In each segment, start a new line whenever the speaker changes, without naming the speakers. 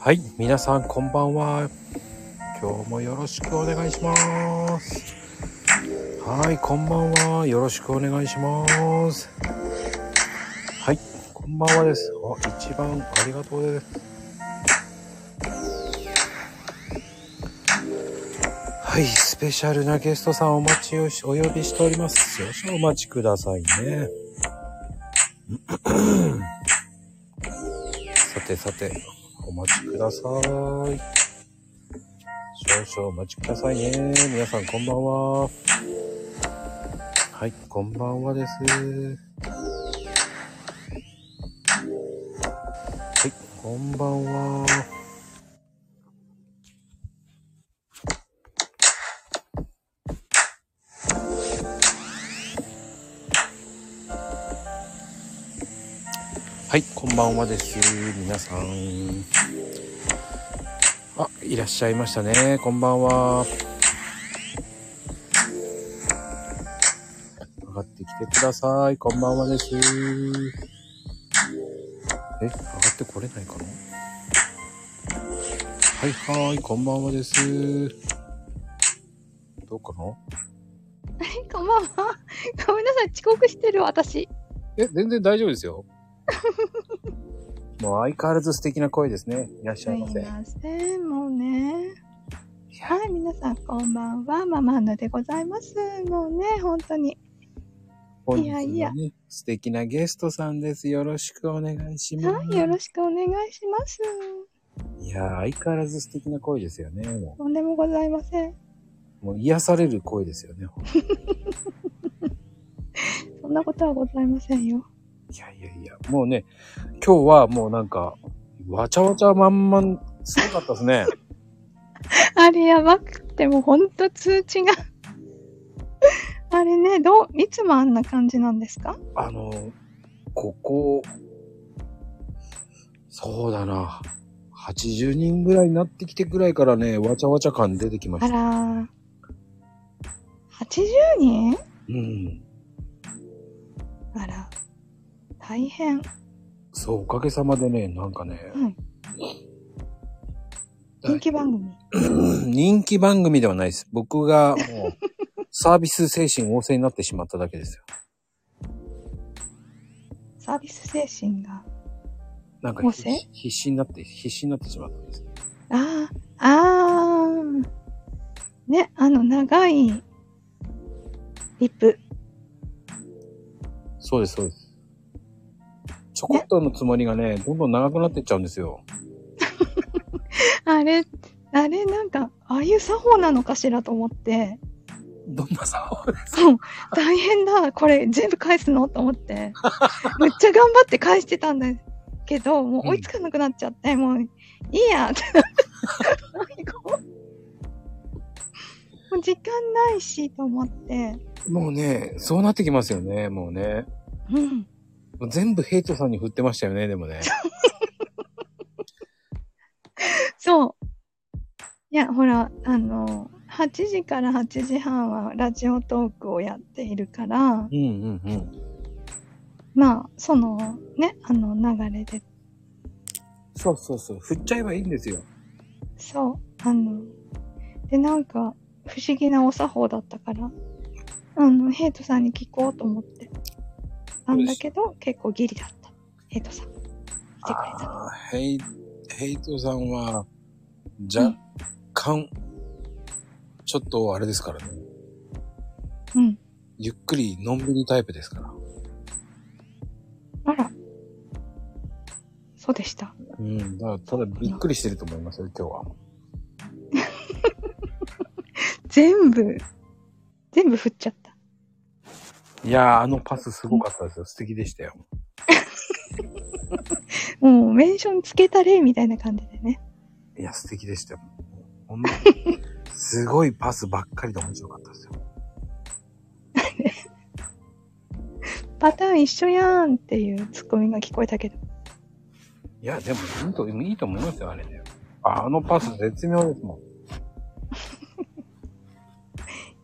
はい、皆さんこんばんは。今日もよろしくお願いします。はい、こんばんは。よろしくお願いします。はい、こんばんはです。あ、一番ありがとうです。はい、スペシャルなゲストさんお待ちをし、お呼びしております。少々お待ちくださいね。さてさて、お待ちください。少々お待ちくださいね。皆さんこんばんは。はい、こんばんはです。はい、こんばんは。はい、こんばんはです。皆さん。あ、いらっしゃいましたね。こんばんは。上がってきてください。こんばんはです。え、上がってこれないかなはいはーい、こんばんはです。どうかな
こんばんは。ごめんなさい、遅刻してる私。
え、全然大丈夫ですよ。もう相変わらず素敵な声ですね。いらっし
す
ゃい
い
ませ。
ません、もうね。はい、皆さんこんばんは。ママンナでございます。もうね、本当に。
本
いや
日
いや
もね、素敵なゲストさんです。よろしくお願いしま
はい、よろしくお願いします。
す。いやー、相変わらず素敵な声ですよね。も
とんでもございません。
うもう癒される声ですよね。
そんなことはございませんよ。
いやいやいや、もうね、今日はもうなんか、わちゃわちゃまんまん、すごかったです ね。
あれやばくて、もうほんと通知が。 あれね、どう、いつもあんな感じなんですか
あの、ここ、そうだな。80人ぐらいになってきてぐらいからね、わちゃわちゃ感出てきま
あ
した。
らー。80人
うん。
あら。大変。
そう、おかげさまでね、なんかね、
はい。人気番組。
人気番組ではないです。僕がもう、サービス精神旺盛になってしまっただけですよ。
サービス精神が。
なんか
旺
必
盛
必死になって、必死になってしまったんです。
ああ、ああ。ね、あの、長い、リップ。
そうです、そうです。ちょこっとのつもりがね、どんどん長くなってっちゃうんですよ。
あれ、あれ、なんか、ああいう作法なのかしらと思って、
どんなさ、
大変だ、これ全部返すのと思って、 めっちゃ頑張って返してたんだけど、もう追いつかなくなっちゃって、もう、いいや ってなって、もう時間ないし、と思って、
もうね、そうなってきますよね、もうね。
うん。
もう全部ヘイトさんに振ってましたよね、でもね。
そう。いや、ほら、あの、8時から8時半はラジオトークをやっているから、
うんうんうん。
まあ、その、ね、あの、流れで、
そうそうそう。振っちゃえばいいんですよ。
そう、あの、で、なんか、不思議なお作法だったから、あの、ヘイトさんに聞こうと思って、なんだけど、結構ギリだった。ヘイトさん。来てくれた。
あーヘイ、ヘイトさんは、若干、ちょっとあれですからね。
うん。
ゆっくり、のんびりタイプですから。
あら。そうでした。
うん。だから、ただびっくりしてると思いますよ、今日は。
全部、全部振っちゃった。
いやー、あのパスすごかったですよ。素敵でしたよ。
もうメンションつけたれみたいな感じでね。
いや、素敵でしたよ。ほんまに すごいパスばっかりで面白かったですよ。
パターン一緒やんっていうツッコミが聞こえたけど。
いや、でも、いいと、いいと思いますよ、あれね。あのパス絶妙ですもん。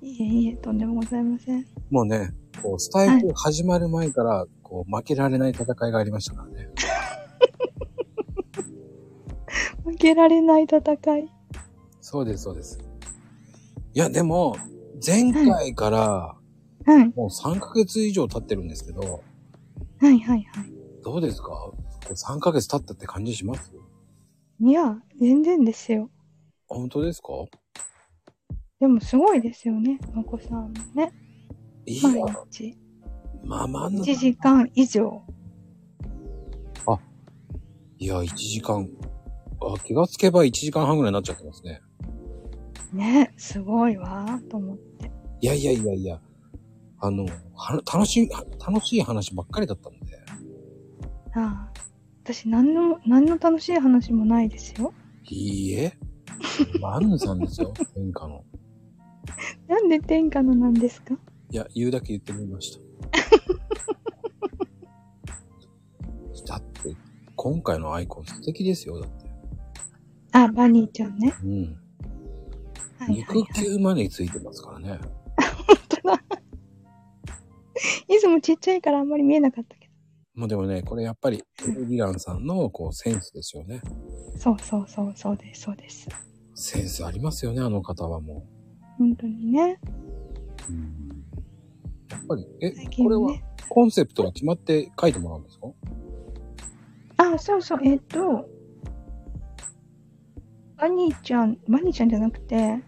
いえいえ、とんでもございません。
もうね、こう、スタイル始まる前から、こう、負けられない戦いがありましたからね。
負けられない戦い。
そうです、そうです。いや、でも、前回から
はい、
もう3ヶ月以上経ってるんですけど、
はい、はい、はい。
どうですかこう ?3 ヶ月経ったって感じします
いや、全然ですよ。
本当ですか
でもすごいですよね、のこさんもね。
いや、
毎日。
まあまあな、
1時間以上。
いや、1時間。あ、気がつけば1時間半ぐらいになっちゃってますね。
ね、すごいわ、と思って。
いやいやいやいや、あの、は楽しい、楽しい話ばっかりだったので。
ああ。私、何の、何の楽しい話もないですよ。
いいえ。マヌさんです よ、天下の。
なんで天下のなんですか
いや、言うだけ言ってみま した。だって、今回のアイコン素敵ですよ、だって。
あ、バニーちゃんね。
うん。
はいはい
肉
はい。
球までついてますからね。
いつもちっちゃいからあんまり見えなかったけ
まあでもね、これやっぱり、エルヴィランさんのこうセンスですよね。
ど。そうそうそう、そうです、そうです。
センスありますよね、あの方はも
本当にね。
う。うん、やっぱり、え、
最
こ
近
れ
は
は
ね。
コンセプトは決まって書いてもらうんですか
あ、そうそう、えっ、と、バニーちゃん、バニーちゃんじゃなくて、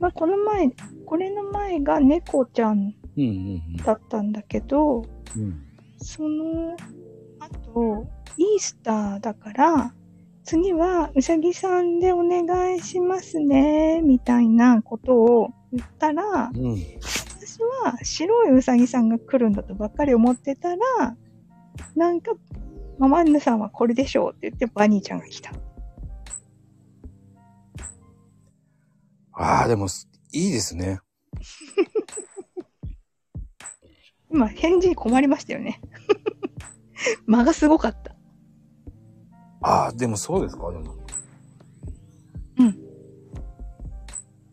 まあ、この前、これの前が猫ちゃん
うんうん
だったんだけど、
うん。うん、
その後、イースターだから、次はうさぎさんでお願いしますね、みたいなことを言ったら、
うん。
私は白いうさぎさんが来るんだとばっかり思ってたら、なんか、ママンヌさんはこれでしょうって言ってバニーちゃんが来た。
ああ、でもす、いいですね。
今、返事に困りましたよね。 間がすごかった。
ああ、でもそうですか、でも。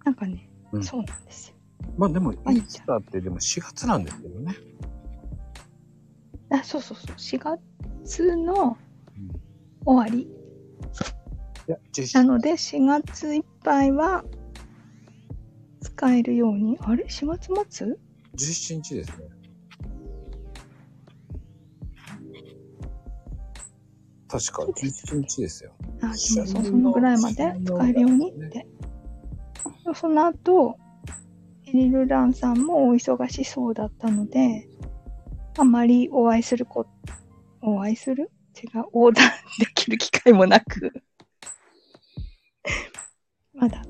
なんかね、
うん
そうなんですよ。
まあでも、イ
あいい
ー
じ
ス
ゃん
ターってでも4月なんですけどね。
あ、そうそうそう。4月の
うん
終わり
いや、17
なので、4月いっぱいは使えるように。あれ ?4 月末
17日ですね。確か、17日ですよ。
あ、でもそう、
旬の
そのぐらいまで使えるようにって。でもその後、エリル・ランさんもお忙しそうだったので、あまりお会いするこ、お会いする違う、横断できる機会もなく、 まだ、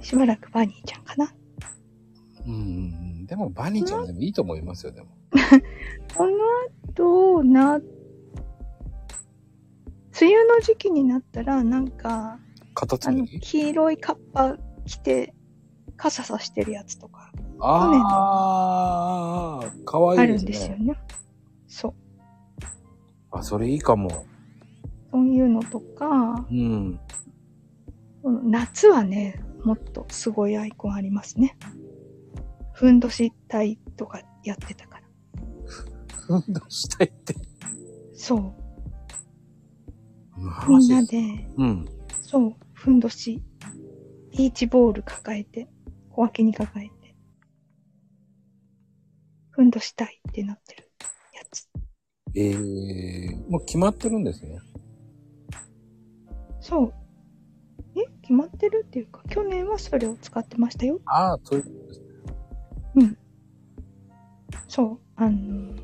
しばらくバニーちゃんかな。
うんうんうん。でも、バニーちゃんでもいいと思いますよ、でも。
この後な、梅雨の時期になったら、なんか、
カタツ
あの、
ムリ
黄色いカッパ着て、傘さしてるやつとか
ああ、かわ
あ
いいで
るん
す
ですよ
ね。
ね。そう。
あ、それいいかも。
そういうのとか、
うん。
この夏はね、もっとすごいアイコンありますね。ふんどし隊とかやってたから。
運動したいって。
そう。
マ
みん
ジ
な
で。
で、
うん。
そう、ふんどし、ビーチボール抱えて、小分けに抱えて、ふんどしたいってなってるやつ。
えー、もう決まってるんですね。
そう。え決まってるっていうか、去年はそれを使ってましたよ。
ああ、そういうことですね。
そう。あの、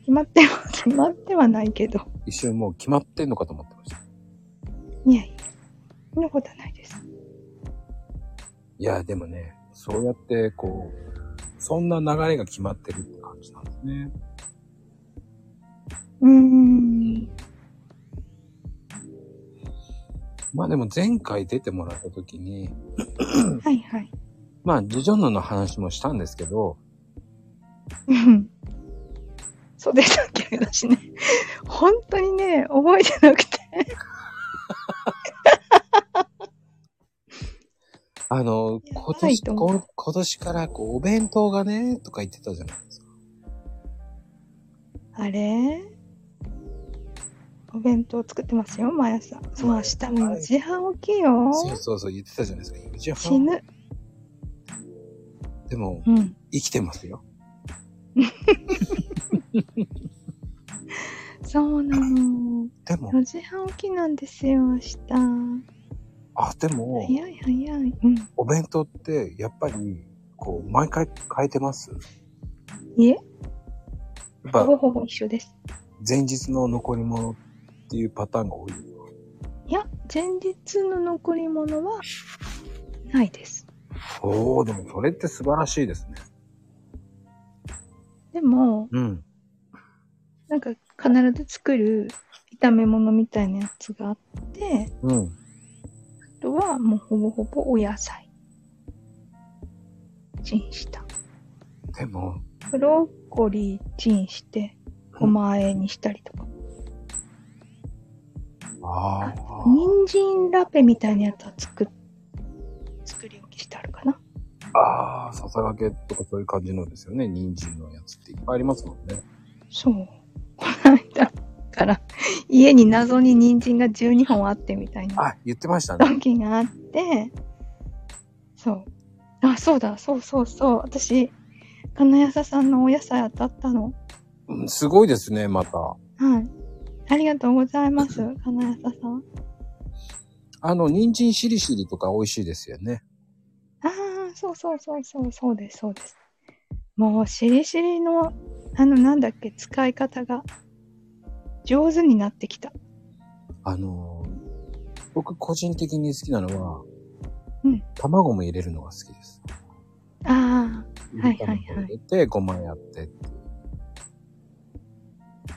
決まっては、 決まってはないけど。
一瞬もう決まってんのかと思ってました。
いやいや。そんなことはないです。
いや、でもね、そうやって、こう、そんな流れが決まってるって感じなんですね。
うーん。
まあでも前回出てもらった時に、
はいはい。
まあ、ジジョンヌの話もしたんですけど、
うんそうでしたっけ私ね。 本当にね、覚えてなくて。
あの、
や
今
ない
年、
と思
こ今年から、こう、お弁当がね、とか言ってたじゃないですか。
あれお弁当作ってますよ、毎朝。そう、明日も4時半起きよ。
そうそうそう、言ってたじゃないですか。4時
死
半。
ぬ。
でも、
うん。
生きてますよ。
そうなの。
でも、
4時半起きなんですよ、明日。
あ、でも、
早い早い。うん。
お弁当って、やっぱり、こう、毎回変えてます。
いえ、
やっ
ほ
ぱ、
ぼほぼ一緒です。
前日の残り物っていうパターンが多い。
いや、前日の残り物は、ないです。
おー、でもそれって素晴らしいですね。
でも、
うん。
なんか必ず作る炒め物みたいなやつがあって、
うん。
あとはもうほぼほぼお野菜。チンした。
でも、
ブロッコリーチンして、ごまあえにしたりとか。
ああ。
人参ラペみたいなやつは作っ、作り置きしてあるかな。
ああ、ささがけとかそういう感じのですよね。人参のやつっていっぱいありますもんね。
そう。 この間から、家に謎に人参が12本あってみたいな。
あ、言ってましたね。
時があって、そう。あ、そうだ、そうそうそう。私、金谷さんのお野菜当たったの。
うんすごいですね、また。
はい。ありがとうございます、金谷さん。
あの、人参しりしりとか美味しいですよね。
ああ、そうそうそうそう、そうです、そうです。もう、しりしりの、あの、なんだっけ、使い方が、上手になってきた。
あのー僕個人的に好きなのは、
うん
卵も入れるのが好きです。
あはいはいはい
入れて、ごまやってっていう。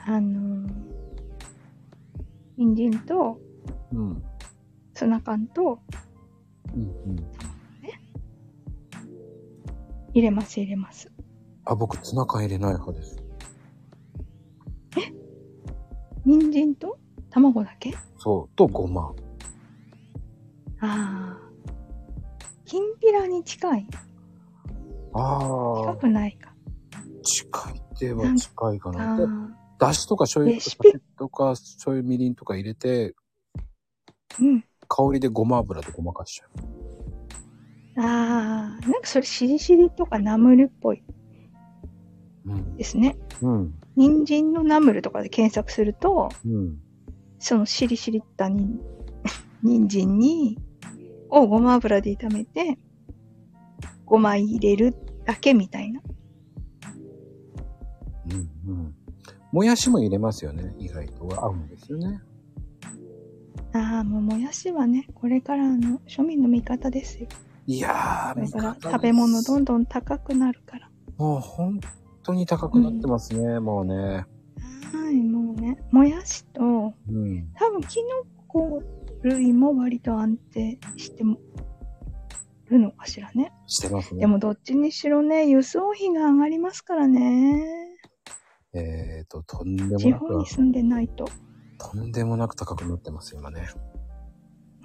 あ、あのー、人参と、
うん。
ツナ缶と、
うんうん。
入れます、入れます。
あ、僕ツナ缶入れない派です。
人参と、卵だけ
そう。と、ごま。
ああ。きんぴらに近い
あ
近
あ、
くないか。
近いっては近いかな。
あ
で
あ。
だしとか醤油
レ
と
シ
か
ピ
とか醤油みりんとか入れて、
うん。
香りでごま油でごまかしちゃう。
ああ。なんかそれ、しりしりとかナムルっぽい
うん。
ですね。
うん。
人参のナムルとかで検索すると、
うん。
そのしりしりったにん、 人参に、をごま油で炒めて、ごま入れるだけみたいな。
うん。うん。もやしも入れますよね。意外と合うんですよね。
ああ、もうもやしはね、これからの庶民の味方ですよ。
いや
こ
ー、
れから
味方です
食べ物どんどん高くなるから。
もう本当に高くなってますね、もうね。
はい、もうね、もやしと、
うん。
多分キノコ類も割と安定してもるのかしらね。
してますね。
でもどっちにしろね、輸送費が上がりますからね。
えっ、ー、と、とんでも
地
な
方
く
に、住んでないと。
とんでもなく高くなってます、今ね。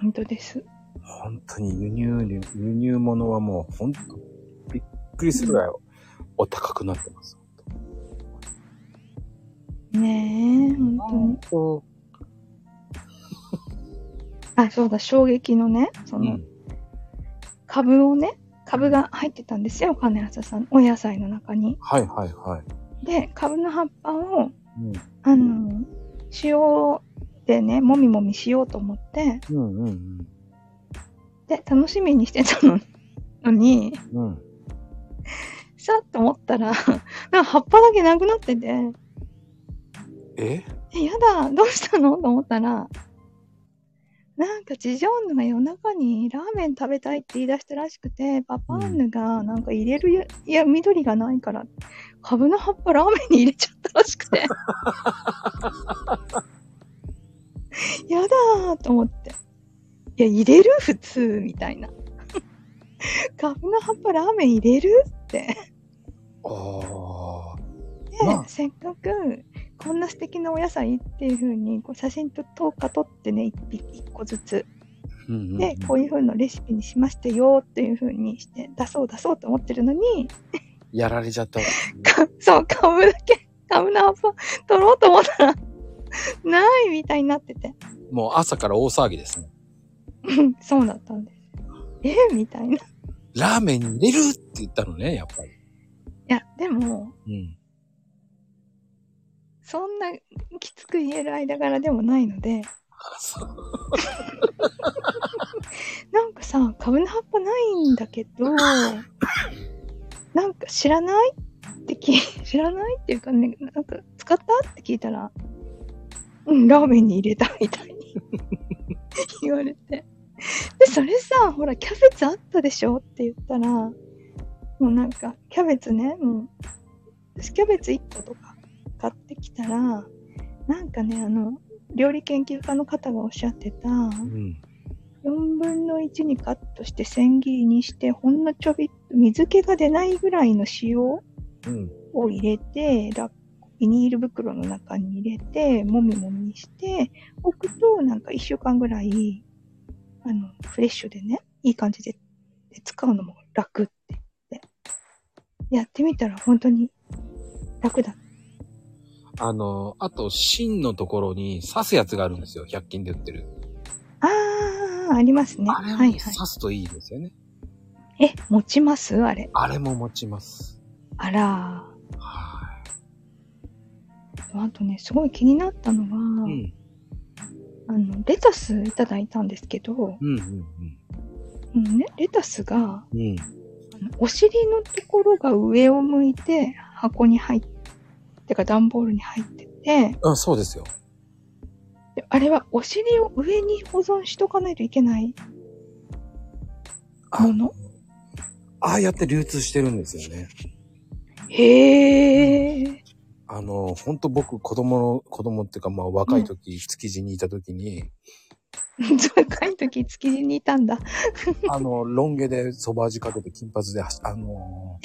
本当です。
本当に輸入、輸入物はもう本当、びっくりするぐらいお高くなってます。
ねえ、本
当
当に。あ、そうだ、衝撃のね、その、株をね、株が入ってたんですよ、金谷さん。お野菜の中に。
はいはいはい。
で、株の葉っぱを、
うん
あの、塩でね、もみもみしようと思って、
うんうん
で、楽しみにしてたののに、
うん。うん。
さっと思ったら、なんか葉っぱだけなくなってて、
え
え、やだ、どうしたのと思ったら、なんかジジョンヌが夜中にラーメン食べたいって言い出したらしくて、パパンヌがなんか入れるや、いや、緑がないから、株の葉っぱラーメンに入れちゃったらしくて。やだーと思って。いや、入れる普通、みたいな。株の葉っぱラーメン入れる
ああ。
で、
まあ
せっかくこんな素敵なお野菜っていう風にこう写真と10日撮ってね 1, 個ずつ
うんうんうん
でこういう風なレシピにしましたよっていう風にして出そう出そうと思ってるのに
やられちゃったわ。
かそう株だけ株の葉っぱ取ろうと思ったら ないみたいになってて。
もう朝から大騒ぎですね。
うんそうだったんです。えみたいな。い
ラーメンに入れるって言ったのね、やっぱり。
や、でも、
うん。
そんなきつく言える間柄でもないので、
あそう
なんかさ、株の葉っぱないんだけど、なんか知らないって聞い、 知らないっていうかね、なんか使ったって聞いたら、うん、ラーメンに入れたみたいに言われて。で、それさ、ほら、キャベツあったでしょって言ったら、もうなんか、キャベツね、もう、私キャベツ1個とか買ってきたら、なんかね、あの、料理研究家の方がおっしゃってた、
うん。
4分の1にカットして千切りにして、ほんのちょびっと水気が出ないぐらいの塩を
うん。
入れて、ラッビニール袋の中に入れて、もみもみして、置くとなんか1週間ぐらい、あの、フレッシュでね、いい感じで、で使うのも楽って言って。やってみたら本当に楽だ。
あの、あと、芯のところに刺すやつがあるんですよ。100均で売ってる。
あー、ありますね。
あれ
は
も
い
刺
は
すといいですよね。
い。え、持ちますあれ。
あれも持ちます。
あらー。
は
あとね、すごい気になったのは、
い。うん。
あの、レタスいただいたんですけど、
うん
うんね、レタスが、
うんうん。うん。
あのお尻のところが上を向いて箱に入って、か段ボールに入ってて、
あ、そうですよ。
であれはお尻を上に保存しとかないといけない
あ
もの
ああやって流通してるんですよね。
へー。
あの、ほんと僕、子供の、子供っていうか、まあ若い時、築地にいた時に、
若い時築地にいたんだ。
あの、ロン毛でそば味かけて金髪で走、あの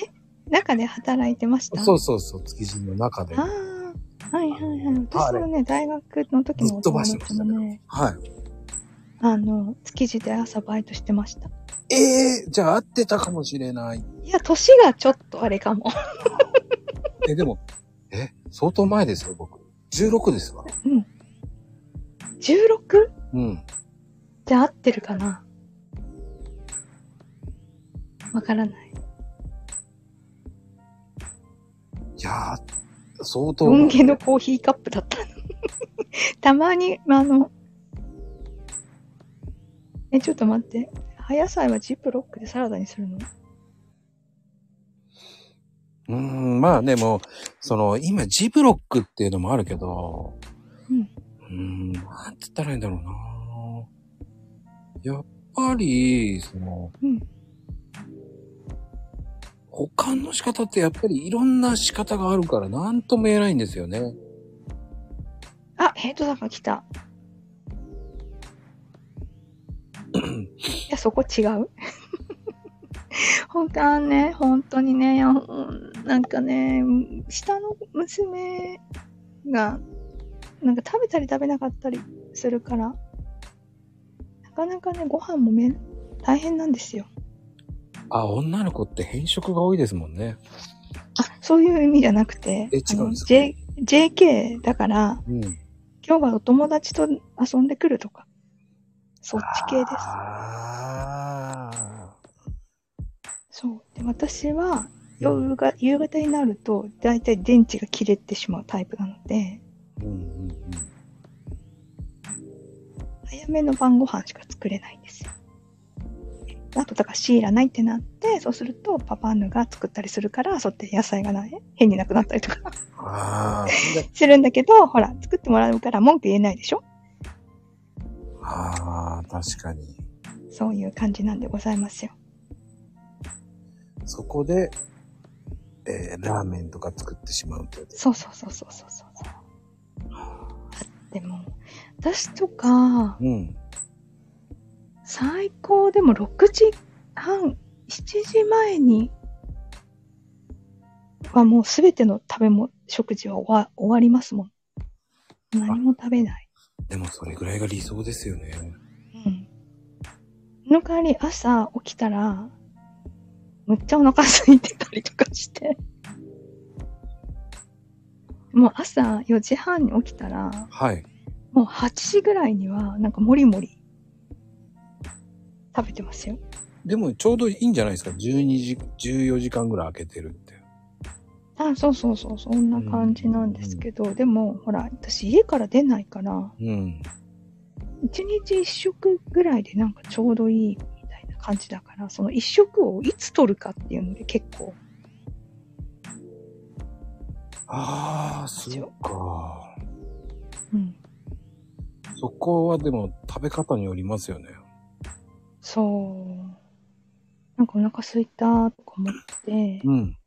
中で働いてまし
ー
た。。
そううそうそう、築地の中で。
あ
は
あ、はいはいはい。私もね、大学の時のお友達もね、
い。
あの、築地で朝バイトしてました。
ええじゃあ合ってたかもしれない。
いや、年がちょっとあれかも。
え、でも、え、相当前ですよ、僕。16ですわ。
16?
うん。
じゃ合ってるかなわからない。
いやー、相当
ロ。ン毛のコーヒーカップだったの。 たまに、まああの、え、ちょっと待って。葉野菜はジップロックでサラダにするの
うーん、まあでも、その、今、ジブロックっていうのもあるけど、
うん
うーん、なんつったらいいんだろうなやっぱり、その、
うん
保管の仕方ってやっぱりいろんな仕方があるから、なんとも言えないんですよね。
あ、ヘイトさんが来 た。いや、そこ違う。 本当はね、本当にね、いやほんなんかね、下の娘が、なんか食べたり食べなかったりするから、なかなかね、ご飯もめん大変なんですよ。
あ、女の子って変色が多いですもんね。
あ、そういう意味じゃなくて、
え違うんですか
J JK だから、
うん。
今日はお友達と遊んでくるとか、そっち系です。
ああ。
そう。で、私は、夜が、夕方になると、だいたい電池が切れてしまうタイプなので、
うんうんうん。
早めの晩ご飯しか作れないんですよ。あと、だから、シーラないってなって、そうすると、パパンヌが作ったりするから、そうやって野菜がない、変になくなったりとか
ああ。
するんだけど、ほら、作ってもらうから文句言えないでしょ
ああ、確かに。
そういう感じなんでございますよ。
そこで、えーラーメンとか作ってしまうってやつ。
そうそうそうそうそうそうそう。でも、私とか、
うん。
最高でも6時半、7時前にはもうすべての食べも、食事は終わ終わりますもん。何も食べない。
でもそれぐらいが理想ですよね。
うん。の代わり朝起きたら、むっちゃお腹空いてたりとかして。もう朝4時半に起きたら、
はい。
もう8時ぐらいには、なんかもりもり食べてますよ。
でもちょうどいいんじゃないですか。12時、14時間ぐらい空けてるって。
あそうそうそう、そんな感じなんですけど、でも、ほら、私家から出ないから、
うん。
1日1食ぐらいでなんかちょうどいいみたいな感じだから、その1食をいつ取るかっていうので結構、
ああ、そっか。
うん、
そこはでも食べ方によりますよね。
そう。なんかお腹空いたとか思って、
うん。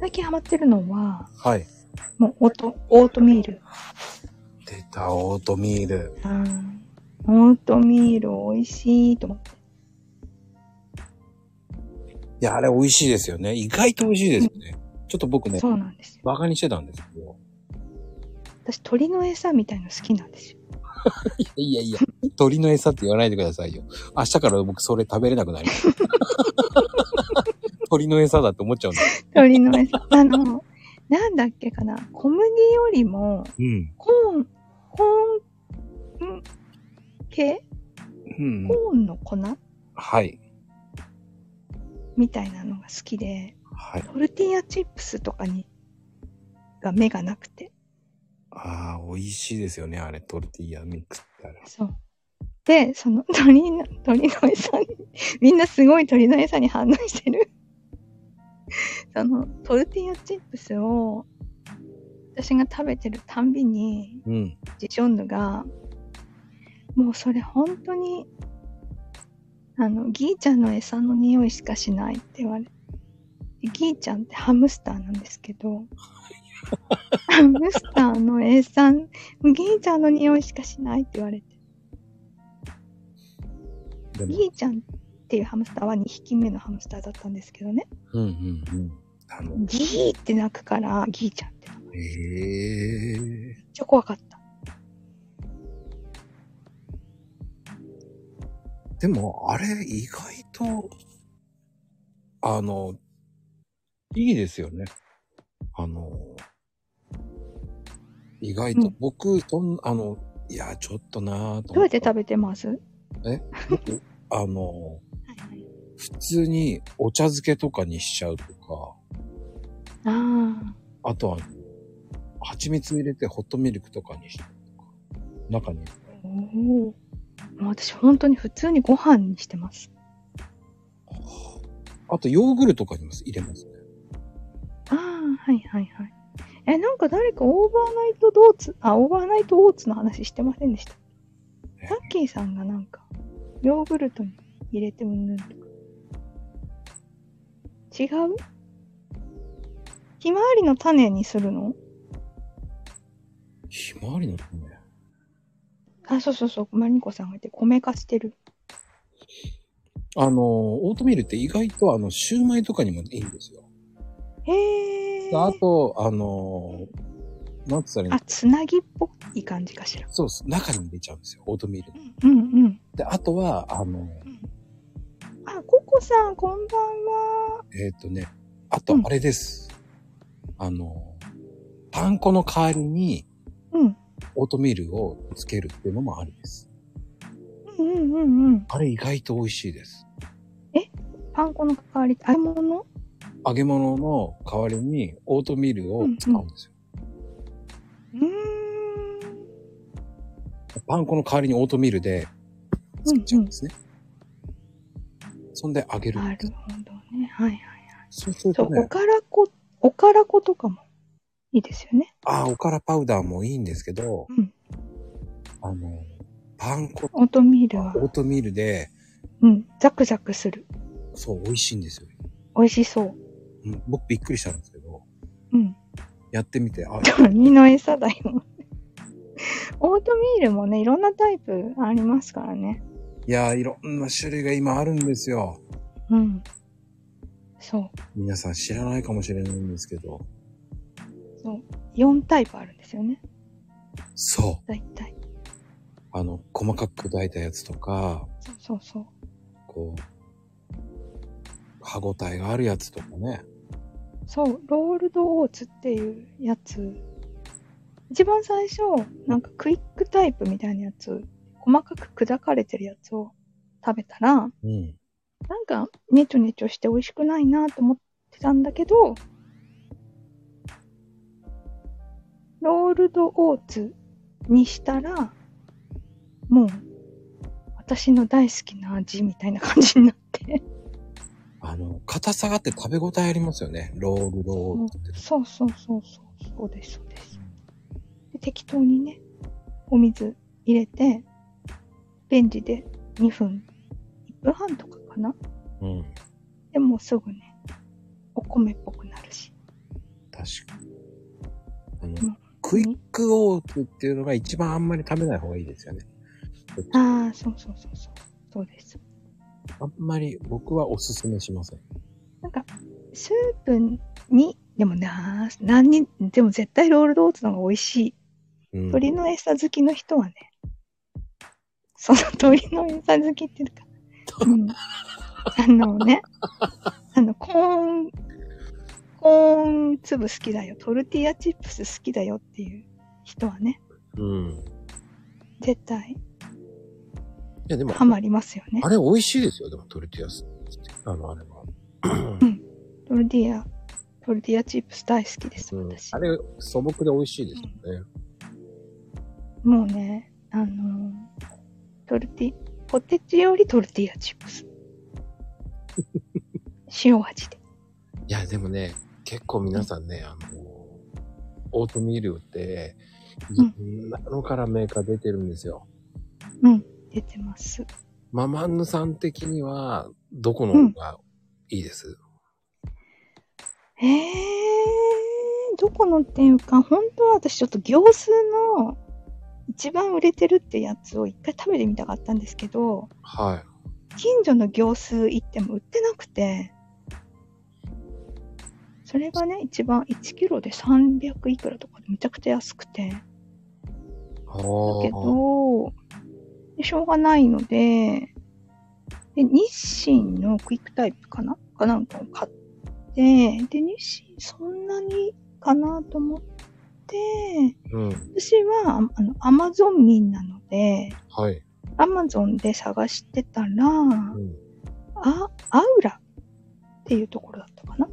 最近ハマってるのは、
はい。
もうオート、オートミール。
出た、オートミール。
うんオートミール美味しいと思って。
いや、あれ美味しいですよね。意外と美味しいですよね。ちょっと僕ね
そ、うなんですよ。
バカにしてたんですけど。
私鳥の餌みたいの好きなんですよ。
いやいや、鳥の餌って言わないでくださいよ。明日から僕それ食べれなくなります。 鳥の餌だって思っちゃうんだ。
鳥の餌。あの、なんだっけかな。小麦よりも、
うん。
コーン、コーン、ん系
うん。
コーンの粉
はい。
みたいなのが好きで、
はい。
トルティーヤチップスとかに、が目がなくて。
ああ、美味しいですよね。あれ、トルティーヤミックスってあれ。
そう。で、その鳥の、鳥の餌に、みんなすごい鳥の餌に反応してる。その、トルティーヤチップスを、私が食べてるたんびに、
うん。
ジチョンヌが、もうそれ本当に、あの、ギーちゃんの餌の匂いしかしないって言われて。ギーちゃんってハムスターなんですけど、ハムスターの餌、ギーちゃんの匂いしかしないって言われて。
でも、
ギーちゃんっていうハムスターは2匹目のハムスターだったんですけどね。
うんうんうん。あの、
ギーって鳴くから、ギーちゃんって。めっ
へえ。
ちゃ怖かった。
でも、あれ、意外と、あの、いいですよね。あの、意外と、
うん
僕、そん、あの、いや、ちょっとなぁと
ど
思
うや
っ
って食べてます
あの、普通にお茶漬けとかにしちゃうとか、
あ
あとは、蜂蜜入れてホットミルクとかにしたりとか、中に。
あ。おお。もう私本当に普通にご飯にしてます。
あと、ヨーグルトとかにも入れますね。
ああ、はいはいはい。え、なんか誰かオーバーナイトドーツ、あ、オーバーナイトオーツの話してませんでした。
え
タッキーさんがなんか、ヨーグルトに入れてうんぬんとか。違うひまわりの種にするの
ひまわりの種。
あ、そうそうそう、マリンコさんがいて、米化してる。
あの、オートミールって意外と、あの、シューマイとかにもいいんですよ。
へえ。
あと、あの、なんつったらいいの
あ、つなぎっぽい感じかしら。
そうです。中に入れちゃうんですよ、オートミール。
うんうんうん。
で、あとは、あの、
あ、ココさん、こんばんは。
えっ、とね、あと、あれです。あの、パン粉の代わりに、
うん。
オートミールをつけるっていうのもありです。
うんうんうんうん。
あれ意外と美味しいです。
パン粉の代わり、あれ物
揚げ物の代わりにオートミールを使うんですよ。
うーん。
パン粉の代わりにオートミールで作っちゃうんですね。そんで揚げるん
な
で
る
す。
ほどね。はいはい。
そうする
そ
と
う、お
ね、
からこ、おからことかもいいですよね。
ああ、おからパウダーもいいんですけど、
うん
あの、パン粉、
オートミールは、
オートミールで、
うん、ザクザクする。
そう、美味しいんですよ。
美味しそう。
うん僕びっくりしたんですけど、
うん。
やってみて、あ、
鳥の餌だよ。 オートミールもね、いろんなタイプありますからね。
いやー、いろんな種類が今あるんですよ。
うん。そう。
皆さん知らないかもしれないんですけど、
4タイプあるんですよね。
そう。
だいたい。
あの、細かく砕いたやつとか、
そうそうそう。
こう、歯ごたえがあるやつとかね。
そう、ロールドオーツっていうやつ。一番最初、なんかクイックタイプみたいなやつ、細かく砕かれてるやつを食べたら、なん
うん。
かネチョネチョして美味しくないなと思ってたんだけど、ロールドオーツにしたら、もう、私の大好きな味みたいな感じになって。
あの、硬さがあって食べ応えありますよね。ロールドオーツって。
そうそうそうそう、そうです、そうです。で適当にね、お水入れて、レンジで2分、1分半とかかな。
うん。
でもうすぐね、お米っぽくなるし。
確かに。あの、
うん
クイックオーツっていうのが一番あんまり食べない方がいいですよね。
ああ、そうそうそうそう、そうです。
あんまり僕はおすすめしません。
なんか、スープに、でもなー、何に、でも絶対ロールドオーツの方が美味しい。
うん、
鳥の餌好きの人はね、その鳥の餌好きってい うか、うん、あのね、あの、コーン、コーン粒好きだよ、トルティーヤチップス好きだよっていう人はね、
うん。い
絶対
や、でも、
ハマりますよね
あ。れ美味しいですよ。でも、トルティアス。あの、あれは。
トルティーヤ、トルティーヤチップス大好きです、
うん
私。
あれ、素朴で美味しいですよね。
もうね、あのートルティ、ポテチよりトルティーヤチッ プス。塩味で。
いや、でもね、結構皆さんね、あの、オートミールって、いろ
うん
んなのからメーカー出てるんですよ。
出てます。
ママンヌさん的には、どこの方がいいです、
えー、どこのっていうか、本当は私ちょっと行数の一番売れてるってやつを一回食べてみたかったんですけど、
はい。
近所の行数行っても売ってなくて、それがね、一番1キロで300いくらとかでめちゃくちゃ安くて、だ
ああ。
けど、でしょうがないので、で、日清のクイックタイプかなかなんかを買って、で、日清そんなにかなと思って、
うん。
私は、ああの、アマゾン民なので、
はい。
アマゾンで探してたら、
うん。
あ、アウラっていうところだったかな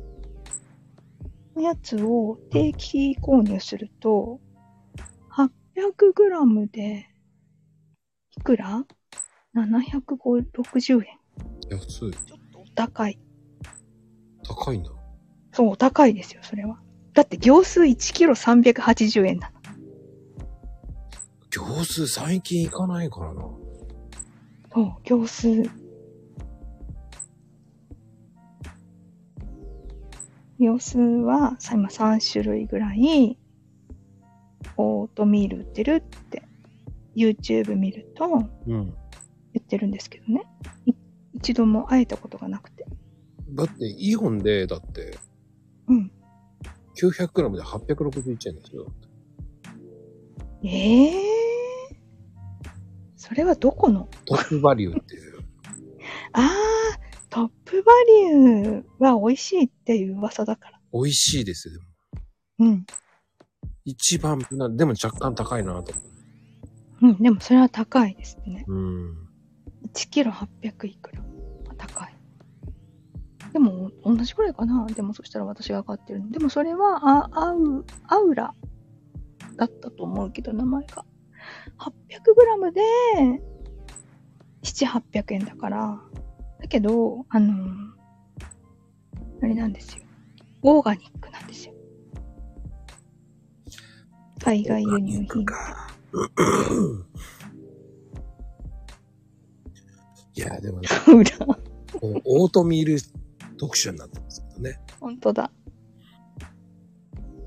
のやつを定期購入すると、800g で、いくら ?760 円。
安い。
ちょっとお高い。
高いんだ。
そう、お高いですよ、それは。だって、行数1キロ380円なの。
行数最近行かないからな。
そう、行数。行数はさ今3種類ぐらいオートミール売ってるって YouTube 見ると
うん。
言ってるんですけどねい一度も会えたことがなくて
だって、イオンで、だって、
うん
900グラムで861円ですよ。
ええそれはどこの
トップバリューっていう。
あートップバリューは美味しいっていう噂だから
美味しいですよ。でも
うん
一番無難、でも若干高いなと思う。
うんでもそれは高いですね
うん。
1キロ800いくら高いでも同じくらいかなでもそしたら私が買ってるのでもそれはあアウアウラだったと思うけど名前が 800g で7800円だからだけどあのあれなんですよオーガニックなんですよ海外輸入
肉
品
か。いや、でも、ね、
アウラ
このオートミール特集になってますけどね。
本当だ。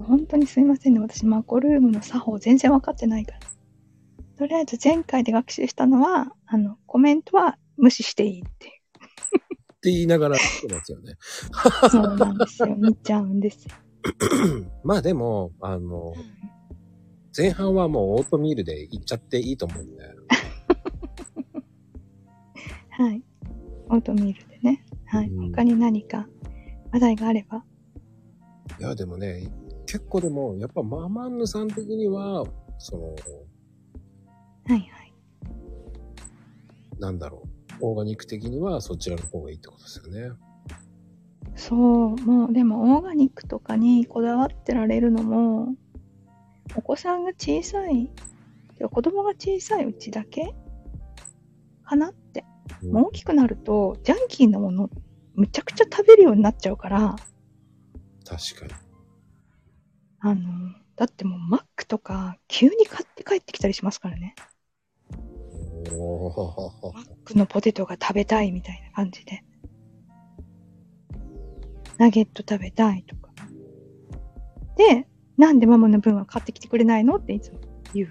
本当にすいませんね。私、マコルームの作法全然わかってないから。とりあえず前回で学習したのは、あの、コメントは無視していいっ ていう。
って言いながらやってますよね。
そうなんですよ。見ちゃうんですよ。
まあでも、あの、前半はもうオートミールでいっちゃっていいと思うんで。
はい。オートミールでね。はい。
うん
他に何か話題があれば、
いや、でもね、結構でも、やっぱママンヌさん的には、その、
はいはい。
なんだろう。オーガニック的にはそちらの方がいいってことですよね。
そう、もうでもオーガニックとかにこだわってられるのも、お子さんが小さい、てか子供が小さいうちだけかなって。
うん
もう大きくなると、ジャンキーなもの、むちゃくちゃ食べるようになっちゃうから、
確か
あの、だってもうマックとか、急に買って帰ってきたりしますからね。
に。おー
マックのポテトが食べたいみたいな感じで。ナゲット食べたいとか。で、なんでママの分は買ってきてくれないのっていつも言う。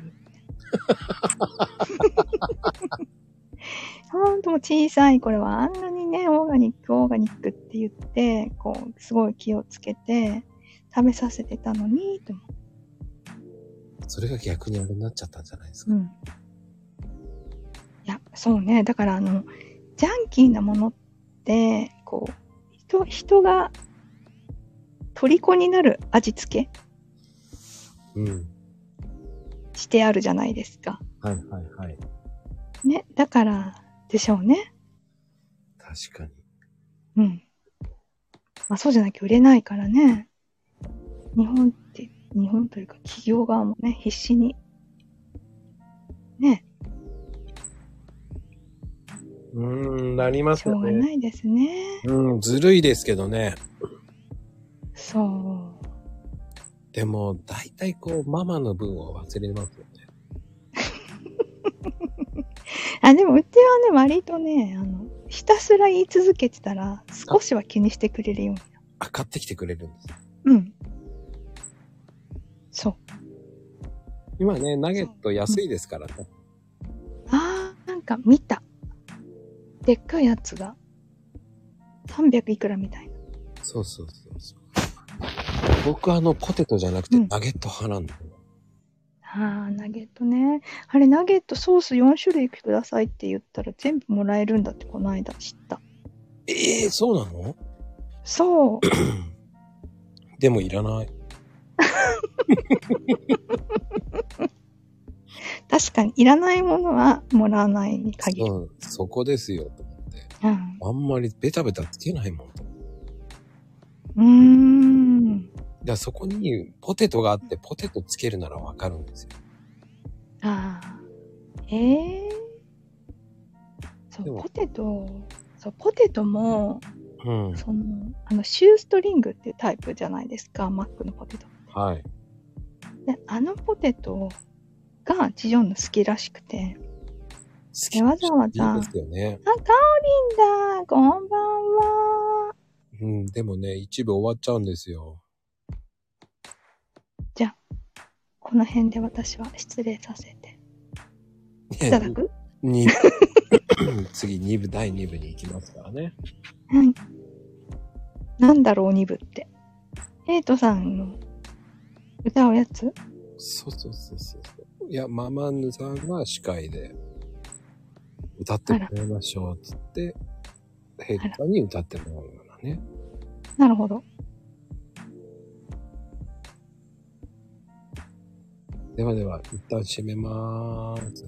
ほんともう小さい頃はあんなにね、オーガニック、オーガニックって言って、こう、すごい気をつけて食べさせてたのに、と思って
それが逆にあれになっちゃったんじゃないですか。
うん。いや、そうね。だから、あの、ジャンキーなものって、こう、人、人が、虜になる味付け
うん。
してあるじゃないですか。
はいはいはい。
ね。だから、でしょうね。
確かに。
うん。まあ、そうじゃなきゃ売れないからね。日本って、日本というか企業側もね、必死に。ね。
うーん、なりま
し
す
ょう
よ
が
ね。
ないですね。
うん、ずるいですけどね。
そう。
でも、大体こう、ママの分は忘れますよね。
あ、でもうちはね、割とね、あの、ひたすら言い続けてたら、少しは気にしてくれるよ
あ、買ってきてくれるんです。
うに。うん。そう。
今ね、ナゲット安いですからね。
あー、なんか見た。でっかいやつが、300いくらみたいな。
そうそうそうそう。僕はあの、ポテトじゃなくて
うん
ナゲット派なんだよ。
あー、ナゲットね。あれ、ナゲットソース4種類くださいって言ったら全部もらえるんだってこの間知った。
ええー、そうなの
そう。
でもいらない。
確かに、いらないものはもらわないに限る。
うん、そこですよ、と思って。
うん。
あんまりベタベタつけないもん。だか
うーん。
らそこにポテトがあって、ポテトつけるならわかるんですよ。
ああ。ええそ
で
う、
も
ポテト、そう、ポテトも、
うん。
その、あの、シューストリングっていうタイプじゃないですか、マックのポテト。
はい。
で、あのポテトがジジョンの好きらしくて、
好
でわざわざ
いいですよね。
あ、カオリンだ、こんばんは。
うん、でもね、一部終わっちゃうんですよ。
この辺で私は失礼させていただく
に 次2部、第2部に行きますからね。
はい。なんだろう、二部って。ヘイトさんの歌うやつ
そうそうそうそうそう。いや、ママンヌさんが司会で、歌ってもらいましょう、つって、ヘイトさんに歌ってもらうようなね。
なるほど。
ではでは、一旦閉めまーす。